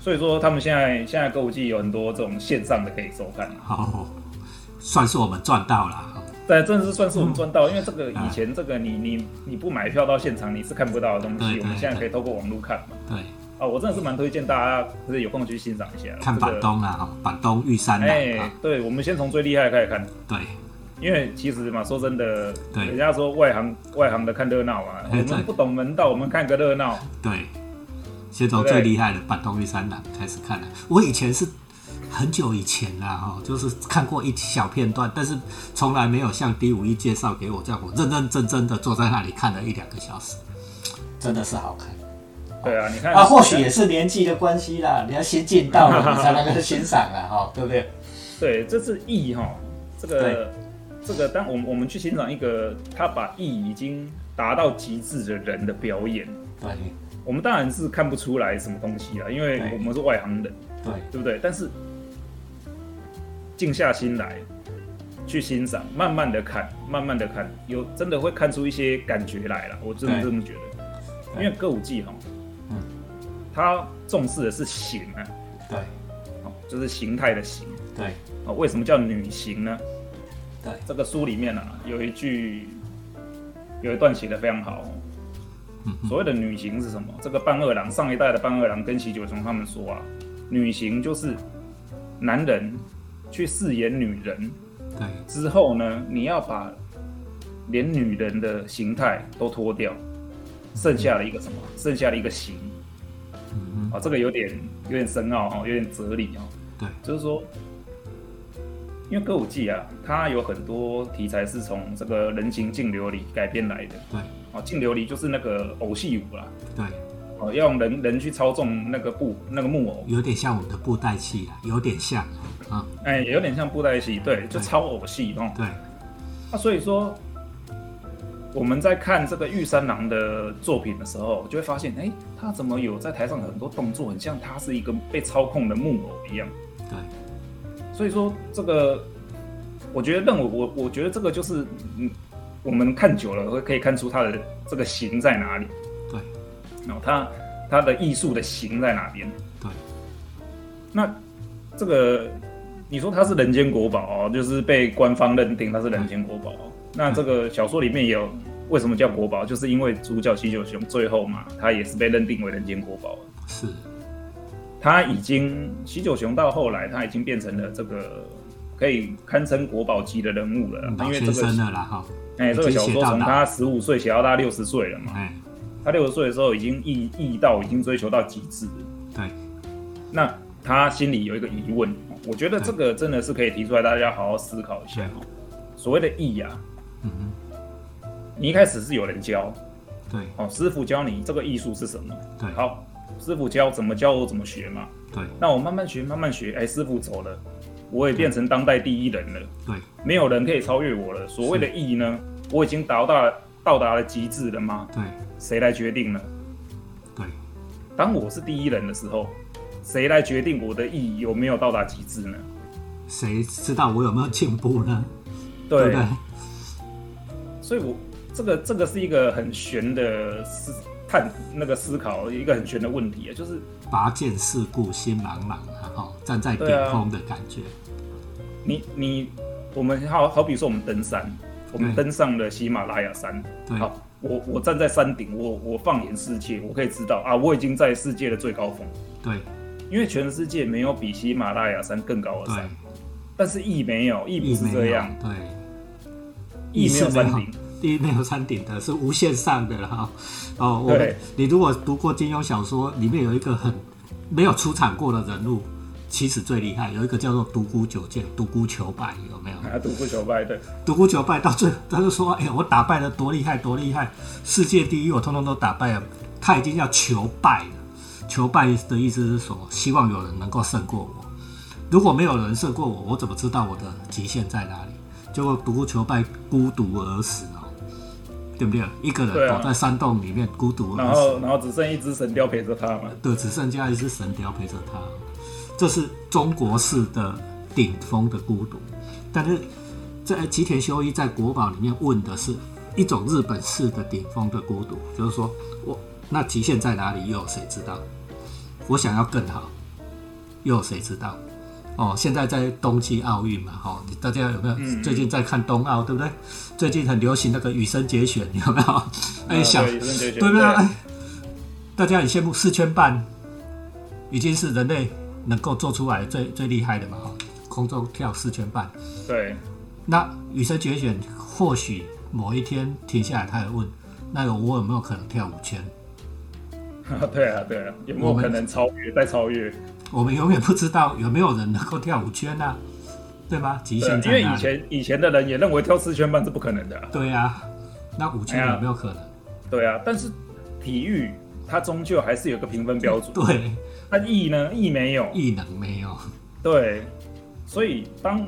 [SPEAKER 2] 所以说他们现在现在歌舞伎有很多这种线上的可以收看，
[SPEAKER 1] 好，算是我们赚到哦了。
[SPEAKER 2] 但真的是算是我们赚到，因为这个以
[SPEAKER 1] 嗯
[SPEAKER 2] 前这个你你你不买票到现场你是看不到的东
[SPEAKER 1] 对
[SPEAKER 2] 西，
[SPEAKER 1] 对
[SPEAKER 2] 我们现在可以透过网络看嘛。
[SPEAKER 1] 对，
[SPEAKER 2] 啊，我真的是蛮推荐大家，就是有空去欣赏一下
[SPEAKER 1] 看
[SPEAKER 2] 这个
[SPEAKER 1] 板东啦，哦，板东玉山
[SPEAKER 2] 哎、
[SPEAKER 1] 啦，啊，
[SPEAKER 2] 对，我们先从最厉害的开始看。
[SPEAKER 1] 对，
[SPEAKER 2] 因为其实嘛，说真的，
[SPEAKER 1] 对
[SPEAKER 2] 人家说外行外行的看热闹嘛，我
[SPEAKER 1] 哎对
[SPEAKER 2] 们不懂门道，我们看个热闹。
[SPEAKER 1] 对，先从
[SPEAKER 2] 对不
[SPEAKER 1] 最
[SPEAKER 2] 对
[SPEAKER 1] 厉害的板东玉山啦开始看了。我以前是很久以前啦，哈，就是看过一小片段，但是从来没有像第五一介绍给我这样，我认认真真的坐在那里看了一两个小时，真的是好看。
[SPEAKER 2] 对啊，你看
[SPEAKER 1] 啊，或许也是年纪的关系啦，你要先进到了，你才能够欣赏啦，啊哈、对不对？
[SPEAKER 2] 对，这是艺哈，这
[SPEAKER 1] 对
[SPEAKER 2] 个这个，当我们我们去欣赏一个他把艺已经达到极致的人的表演，
[SPEAKER 1] 对
[SPEAKER 2] 我们当然是看不出来什么东西啦，因为
[SPEAKER 1] 对
[SPEAKER 2] 我们是外行人，
[SPEAKER 1] 对
[SPEAKER 2] 对不对？但是静下心来去欣赏，慢慢的看，慢慢的看，有真的会看出一些感觉来了。我真的
[SPEAKER 1] 对
[SPEAKER 2] 这么觉得，因为歌舞伎哈，
[SPEAKER 1] 嗯
[SPEAKER 2] 它重视的是形啊，
[SPEAKER 1] 对
[SPEAKER 2] 哦就是形态的形
[SPEAKER 1] 对
[SPEAKER 2] 啊。哦为什么叫女形呢？
[SPEAKER 1] 对
[SPEAKER 2] 这个书里面啊有一句，有一段写的非常好哦。
[SPEAKER 1] 嗯
[SPEAKER 2] 所谓的女行是什么？这个半二郎上一代的半二郎跟喜九雄他们说啊，女行就是男人去饰演女人
[SPEAKER 1] 对
[SPEAKER 2] 之后呢，你要把连女人的形态都脱掉，剩下了一个什么？剩下了一个形。啊，这个有点有点深奥哦，有点哲理哦。
[SPEAKER 1] 对
[SPEAKER 2] 就是说，因为歌舞伎啊，它有很多题材是从这个人形净琉璃改编来的。
[SPEAKER 1] 对
[SPEAKER 2] 哦，净琉璃就是那个偶戏舞啦，
[SPEAKER 1] 对，
[SPEAKER 2] 哦，要用人人去操纵那个布那个木偶，
[SPEAKER 1] 有点像我们的布袋戏啦，有点像啊、嗯
[SPEAKER 2] 哎，有点像布袋戏，对，就超偶戏哦。
[SPEAKER 1] 对
[SPEAKER 2] 那所以说，我们在看这个玉三郎的作品的时候，就会发现，哎，他怎么有在台上有很多动作，很像他是一个被操控的木偶一样。
[SPEAKER 1] 对
[SPEAKER 2] 所以说，这个我觉得任我我我觉得这个就是，嗯，我们看久了会可以看出他的这个形在哪里。
[SPEAKER 1] 对
[SPEAKER 2] 然后他他的艺术的形在哪边？
[SPEAKER 1] 对，
[SPEAKER 2] 那这个你说它是人间国宝、哦，就是被官方认定它是人间国宝、哦。那这个小说里面也有为什么叫国宝，就是因为主角喜九雄最后嘛，他也是被认定为人间国宝了。
[SPEAKER 1] 是，
[SPEAKER 2] 他已经喜九雄到后来，他已经变成了这个可以堪称国宝级的人物了嗯啦，
[SPEAKER 1] 嗯老
[SPEAKER 2] 因为这
[SPEAKER 1] 先
[SPEAKER 2] 个
[SPEAKER 1] 生啊了啦，哈、
[SPEAKER 2] 哎、这个小
[SPEAKER 1] 已经写
[SPEAKER 2] 说
[SPEAKER 1] 到
[SPEAKER 2] 从
[SPEAKER 1] 哪
[SPEAKER 2] 他十五岁写到他六十岁了嘛，
[SPEAKER 1] 哎，
[SPEAKER 2] 他六十岁的时候已经意意到已经追求到极致了。
[SPEAKER 1] 对
[SPEAKER 2] 那他心里有一个疑问，我觉得这个真的是可以提出来，大家好好思考一下哦。所谓的义啊，
[SPEAKER 1] 嗯哼，
[SPEAKER 2] 你一开始是有人教，
[SPEAKER 1] 对
[SPEAKER 2] 哦，师傅教你这个艺术是什么，
[SPEAKER 1] 对
[SPEAKER 2] 好，师傅教怎么教我怎么学嘛，
[SPEAKER 1] 对
[SPEAKER 2] 那我慢慢学，慢慢学，哎，师傅走了，我也变成当代第一人了，
[SPEAKER 1] 对
[SPEAKER 2] 没有人可以超越我了。所谓的义呢，我已经达到了到达了极致了吗？
[SPEAKER 1] 对
[SPEAKER 2] 谁来决定呢？
[SPEAKER 1] 对，
[SPEAKER 2] 当我是第一人的时候，谁来决定我的意义有没有到达极致呢？
[SPEAKER 1] 谁知道我有没有进步呢？对
[SPEAKER 2] 对
[SPEAKER 1] 不，对？
[SPEAKER 2] 所以我这个这个是一个很玄的思探那个思考一个很玄的问题啊，就是
[SPEAKER 1] 拔剑四顾心茫茫啊，哈，站在顶
[SPEAKER 2] 对啊
[SPEAKER 1] 峰的感觉，
[SPEAKER 2] 你你我们好好比说我们登山，我们
[SPEAKER 1] 对
[SPEAKER 2] 登上了喜马拉雅山，
[SPEAKER 1] 对
[SPEAKER 2] 好，我我站在山顶，我我放眼世界，我可以知道啊，我已经在世界的最高峰，
[SPEAKER 1] 对
[SPEAKER 2] 因为全世界没有比喜马拉雅山更高的
[SPEAKER 1] 对
[SPEAKER 2] 山，，但是意没有，意不
[SPEAKER 1] 亦
[SPEAKER 2] 是
[SPEAKER 1] 没
[SPEAKER 2] 这
[SPEAKER 1] 有
[SPEAKER 2] 样，
[SPEAKER 1] 对，
[SPEAKER 2] 意没
[SPEAKER 1] 是
[SPEAKER 2] 有
[SPEAKER 1] 没
[SPEAKER 2] 山
[SPEAKER 1] 有
[SPEAKER 2] 顶，， (laughs)
[SPEAKER 1] 第一没有山顶的是无限上的了哈。哦，我
[SPEAKER 2] 对
[SPEAKER 1] 你如果读过金庸小说，里面有一个很没有出场过的人物，其实最厉害，有一个叫做独孤九剑、独孤求败，有没有？
[SPEAKER 2] 啊，独孤求败，对，
[SPEAKER 1] 独孤求败到最后，他就说：“哎、我打败了多厉害，多厉害，世界第一，我通通都打败了。”他已经要求败了，求败的意思是说，希望有人能够胜过我。如果没有人胜过我，我怎么知道我的极限在哪里？结果独孤求败孤独而死哦，对不对？一个
[SPEAKER 2] 对
[SPEAKER 1] 人
[SPEAKER 2] 啊
[SPEAKER 1] 躲在山洞里面孤独
[SPEAKER 2] 然
[SPEAKER 1] 而死
[SPEAKER 2] 后，然后只剩一只神雕陪着他嘛，
[SPEAKER 1] 对，只剩下一只神雕陪着他。这是中国式的顶峰的孤独。但是在吉田修一在国宝里面问的是一种日本式的顶峰的孤独，就是说我那极限在哪里，又有谁知道？我想要更好，又有谁知道？哦，现在在冬季奥运嘛，哈、大家有没有、
[SPEAKER 2] 嗯
[SPEAKER 1] 最近在看冬奥，对不对？最近很流行那个羽生结弦，有没有？哎，
[SPEAKER 2] 啊
[SPEAKER 1] 想
[SPEAKER 2] 对羽生结弦
[SPEAKER 1] 对不对？
[SPEAKER 2] 对
[SPEAKER 1] 哎， (laughs) 大家很羡慕四圈半，已经是人类能够做出来最最厉害的嘛，哈、空中跳四圈半，
[SPEAKER 2] 对， (laughs)
[SPEAKER 1] 那羽生结弦或许某一天停下来，他也问：那有我有没有可能跳五圈？
[SPEAKER 2] 对啊，对啊，有没
[SPEAKER 1] 我
[SPEAKER 2] 有
[SPEAKER 1] 们
[SPEAKER 2] 可能超越再超越？
[SPEAKER 1] 我们永远不知道有没有人能够跳五圈啊，对吗？极
[SPEAKER 2] 对啊
[SPEAKER 1] 限，
[SPEAKER 2] 因
[SPEAKER 1] 在
[SPEAKER 2] 为
[SPEAKER 1] 哪
[SPEAKER 2] 以
[SPEAKER 1] 里？
[SPEAKER 2] 前以前的人也认为跳四圈半是不可能的啊、
[SPEAKER 1] 对啊，那五圈
[SPEAKER 2] 哎呀
[SPEAKER 1] 有没有可能？
[SPEAKER 2] 对啊，但是体育它终究还是有一个评分标准，
[SPEAKER 1] 对，
[SPEAKER 2] 那意呢？意没有，
[SPEAKER 1] 异能没有，
[SPEAKER 2] 对，所以当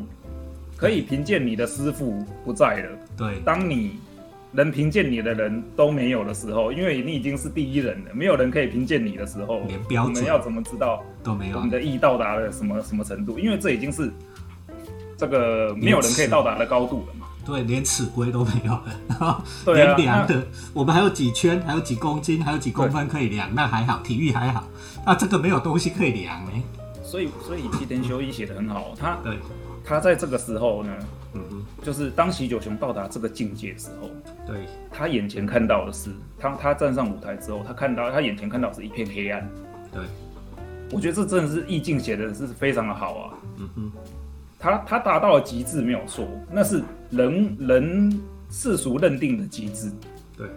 [SPEAKER 2] 可以评鉴你的师傅不在了，
[SPEAKER 1] 对
[SPEAKER 2] 当你能评鉴你的人都没有的时候，因为你已经是第一人了，没有人可以评鉴你的时候，
[SPEAKER 1] 连标
[SPEAKER 2] 我
[SPEAKER 1] 准
[SPEAKER 2] 们要怎么知道
[SPEAKER 1] 都没有啊
[SPEAKER 2] 我们，的意到达了什么什么程度？因为这已经是这个没有人可以到达的高度了嘛。
[SPEAKER 1] 对，连尺规都没有了，然后
[SPEAKER 2] 对啊
[SPEAKER 1] 连量的，我们还有几圈，还有几公斤，还有几公分可以量，那还好，体育还好，那这个没有东西可以量呢、
[SPEAKER 2] 所以，所以吉田修一写的很好，他
[SPEAKER 1] 对，
[SPEAKER 2] 他在这个时候呢，
[SPEAKER 1] 嗯哼，
[SPEAKER 2] 就是当喜九雄到达这个境界的时候，
[SPEAKER 1] 对
[SPEAKER 2] 他眼前看到的是，他他站上舞台之后，他看到他眼前看到的是一片黑暗。
[SPEAKER 1] 对，
[SPEAKER 2] 我觉得这真的是意境写的是非常的好啊。
[SPEAKER 1] 嗯哼，
[SPEAKER 2] 他他达到了极致没有错，那是人人世俗认定的极致，
[SPEAKER 1] 对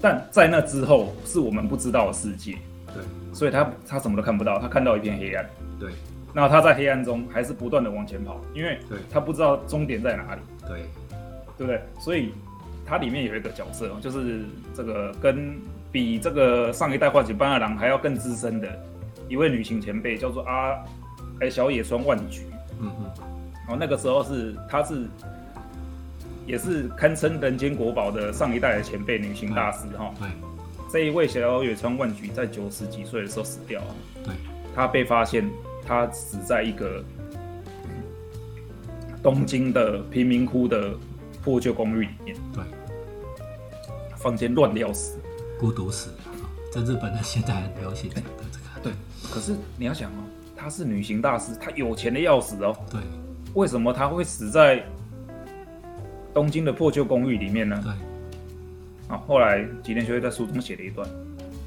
[SPEAKER 2] 但在那之后是我们不知道的世界，
[SPEAKER 1] 对
[SPEAKER 2] 所以他他什么都看不到，他看到一片黑暗。
[SPEAKER 1] 对
[SPEAKER 2] 那他在黑暗中还是不断的往前跑，因为
[SPEAKER 1] 对
[SPEAKER 2] 他不知道终点在哪里。
[SPEAKER 1] 对
[SPEAKER 2] 对不对？所以它里面有一个角色，就是这个跟比这个上一代幻景班二郎还要更资深的一位女性前辈，叫做阿哎、小野川万菊。
[SPEAKER 1] 嗯哼，
[SPEAKER 2] 然后那个时候是她是也是堪称人间国宝的上一代的前辈女性大师哈、
[SPEAKER 1] 对
[SPEAKER 2] 这一位小野川万菊在九十几岁的时候死掉了，
[SPEAKER 1] 对
[SPEAKER 2] 她被发现她死在一个东京的贫民窟的破旧公寓里面。
[SPEAKER 1] 对，
[SPEAKER 2] 房间乱的要死。
[SPEAKER 1] 孤独死了，哈在日本呢现在很流行讲的这个，
[SPEAKER 2] 对，可是你要想哦，她是女行大师，她有钱的要死哦，
[SPEAKER 1] 对
[SPEAKER 2] 为什么她会死在东京的破旧公寓里面呢？
[SPEAKER 1] 对
[SPEAKER 2] 啊，后来吉田修一在书中写了一段，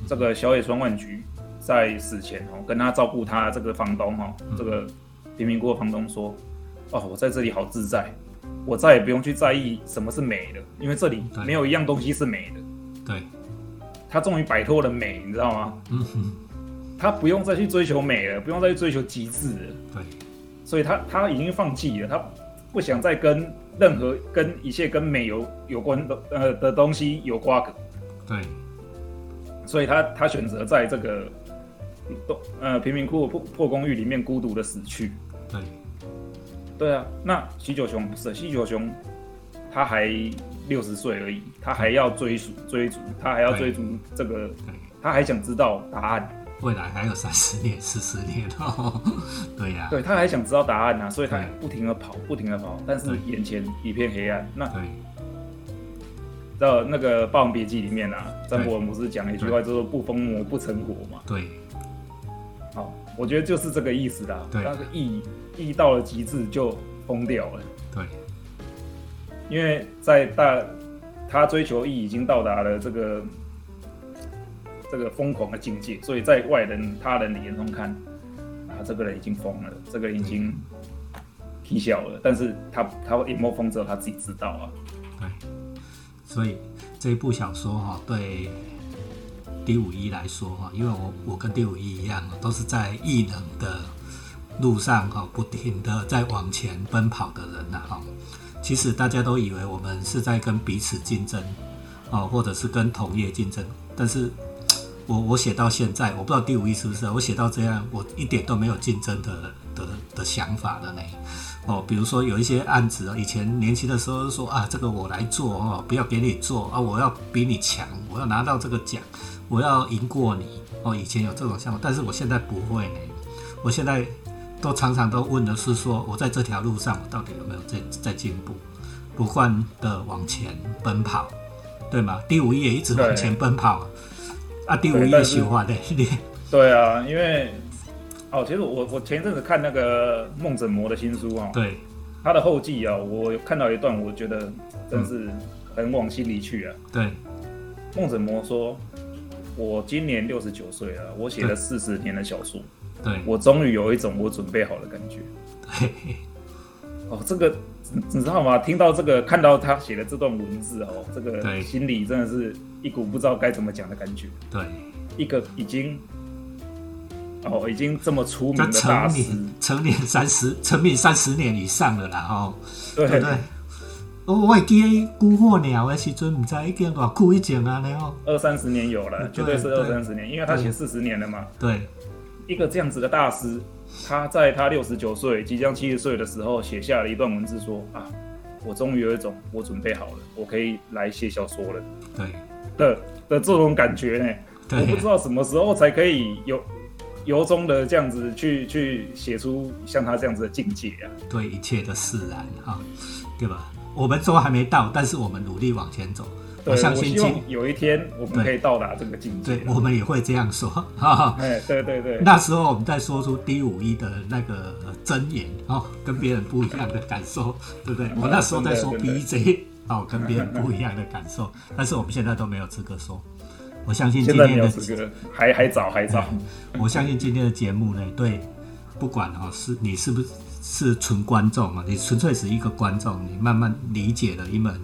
[SPEAKER 2] 这个小野川万菊在死前哦，跟他照顾他这个房东哦，这个贫民窟的房东说，哦，我在这里好自在。我再也不用去在意什么是美了，因为这里
[SPEAKER 1] 对
[SPEAKER 2] 没有一样东西是美的。
[SPEAKER 1] 对，
[SPEAKER 2] 他终于摆脱了美，你知道吗？
[SPEAKER 1] 嗯哼，
[SPEAKER 2] 他不用再去追求美了，不用再去追求极致了，
[SPEAKER 1] 对，
[SPEAKER 2] 所以他他已经放弃了，他不想再跟任何跟一切跟美有有关的呃的东西有瓜葛，
[SPEAKER 1] 对，
[SPEAKER 2] 所以他他选择在这个呃贫民窟的破破公寓里面孤独的死去。
[SPEAKER 1] 对，
[SPEAKER 2] 对啊，那喜九熊不是喜九熊，他还六十岁而已，他还要追逐追逐，他还要追逐这个，他还想知道答案，
[SPEAKER 1] 未来还有三十年、四十年哦。 (laughs) 对呀、
[SPEAKER 2] 对，他还想知道答案呐、啊，所以他
[SPEAKER 1] 对
[SPEAKER 2] 不停的跑，不停的跑，但是
[SPEAKER 1] 对
[SPEAKER 2] 眼前一片黑暗。那
[SPEAKER 1] 对
[SPEAKER 2] 到那个《霸王别姬》里面啊，詹
[SPEAKER 1] 对
[SPEAKER 2] 姆尔姆斯讲了一句话，就是“不疯魔不成活”嘛。
[SPEAKER 1] 对
[SPEAKER 2] 好，我觉得就是这个意思啦。
[SPEAKER 1] 对
[SPEAKER 2] 那个意意到了极致就疯掉了。
[SPEAKER 1] 对
[SPEAKER 2] 因为在大他追求意已经到达了这个这个疯狂的境界，所以在外人他人的眼中看，啊，这个人已经疯了，这个人已经踢笑了，但是他他有没有疯只有他自己知道啊。
[SPEAKER 1] 对，所以这一部小说哈、对第五一来说哈、因为我我跟第五一一样、哦，都是在异能的路上哈、不停的在往前奔跑的人呐、啊哈、其实大家都以为我们是在跟彼此竞争，哦，或者是跟同业竞争，但是我我写到现在，我不知道第五一是不是啊，我写到这样，我一点都没有竞争的的的想法了呢。哦，比如说有一些案子哦，以前年轻的时候就说啊，这个我来做哦，不要给你做啊，我要比你强，我要拿到这个奖，我要赢过你哦。以前有这种想法，但是我现在不会呢。我现在都常常都问的是说，我在这条路上，我到底有没有在在进步，不断的往前奔跑，对吗？第五页也一直往前奔跑啊，啊，第五
[SPEAKER 2] 对
[SPEAKER 1] 页
[SPEAKER 2] 但是
[SPEAKER 1] 喜欢的，你
[SPEAKER 2] 对啊，因为哦，其实我我前一阵子看那个孟枕魔的新书啊、哦，
[SPEAKER 1] 对
[SPEAKER 2] 他的后记啊、我有看到一段，我觉得真是很往心里去啊。
[SPEAKER 1] 对嗯
[SPEAKER 2] 孟子魔说：“我今年六十九岁了，我写了四十年的小说，
[SPEAKER 1] 对
[SPEAKER 2] 我终于有一种我准备好的感觉。
[SPEAKER 1] 对，”
[SPEAKER 2] 哦，这个你你知道吗？听到这个，看到他写的这段文字哦，这
[SPEAKER 1] 对
[SPEAKER 2] 个心里真的是一股不知道该怎么讲的感觉。
[SPEAKER 1] 对，
[SPEAKER 2] 一个已经哦，已经这么出名
[SPEAKER 1] 他
[SPEAKER 2] 的大
[SPEAKER 1] 成
[SPEAKER 2] 师，
[SPEAKER 1] 年成年三十成名三十年以上了啦哦。
[SPEAKER 2] 对
[SPEAKER 1] 对不对？我我会记得古惑鸟的时阵，毋知已经偌久以前啊，然后
[SPEAKER 2] 二三十年有了，绝对
[SPEAKER 1] 嗯
[SPEAKER 2] 是
[SPEAKER 1] 对嗯
[SPEAKER 2] 二
[SPEAKER 1] 对
[SPEAKER 2] 三十年，因为他写四十年了嘛。
[SPEAKER 1] 对
[SPEAKER 2] 一个这样子的大师，他在他六十九岁、即将七十岁的时候，写下了一段文字说，啊，我终于有一种我准备好了，我可以来写小说了
[SPEAKER 1] 对
[SPEAKER 2] 的的这种感觉呢。我不
[SPEAKER 1] 对
[SPEAKER 2] 知道什么时候才可以有由衷的这样子去去写出像他这样子的境界啊。
[SPEAKER 1] 对，一切的释然哈、对吧？我们都还没到，但是我们努力往前走。
[SPEAKER 2] 对，
[SPEAKER 1] 相
[SPEAKER 2] 我
[SPEAKER 1] 信
[SPEAKER 2] 希
[SPEAKER 1] 今
[SPEAKER 2] 望有一天我们
[SPEAKER 1] 对
[SPEAKER 2] 可以到达这个境界啊
[SPEAKER 1] 对。我们也会这样说，哈哈。
[SPEAKER 2] 哎，对对对，
[SPEAKER 1] 那时候我们在说出 D 五一的那个呃箴言哦，跟别人不一样的感
[SPEAKER 2] (laughs)
[SPEAKER 1] 受，对不对？我那时候在说
[SPEAKER 2] 真的
[SPEAKER 1] BJ 哦，跟别人不一样的感受，但是我们现在都没有资格说。我相信今
[SPEAKER 2] 现在没
[SPEAKER 1] 天
[SPEAKER 2] 有
[SPEAKER 1] 的嗯
[SPEAKER 2] 这个，还还早还早。
[SPEAKER 1] 我相信今天的节目呢，对，不管哦，是你是不是是纯观众啊，你纯粹是一个观众，你慢慢理解了一门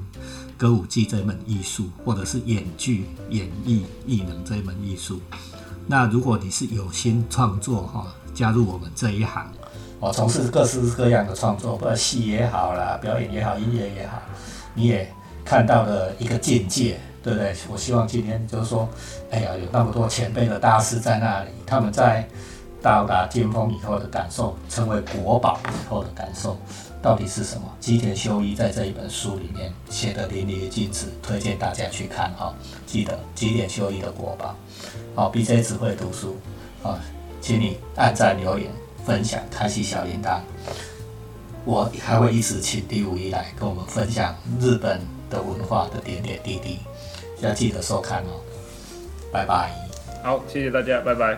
[SPEAKER 1] 歌舞伎这门艺术，或者是演剧、演绎、艺能这门艺术。那如果你是有心创作哈、加入我们这一行，哦，从事各式各样的创作，不管戏也好啦，表演也好，音乐也好，你也看到了一个境界，对不对？我希望今天就是说，哎呀，有那么多前辈的大师在那里，他们在到达巅峰以后的感受，成为国宝以后的感受，到底是什么？吉田修一在这一本书里面写的淋漓尽致，推荐大家去看哈、哦。记得吉田修一的国宝，好、b j 只会读书，好、请你按赞、留言、分享、开启小铃铛。我还会一直请第五一来跟我们分享日本的文化的点点滴滴，要记得收看哦，拜拜。
[SPEAKER 2] 好，谢谢大家，拜拜。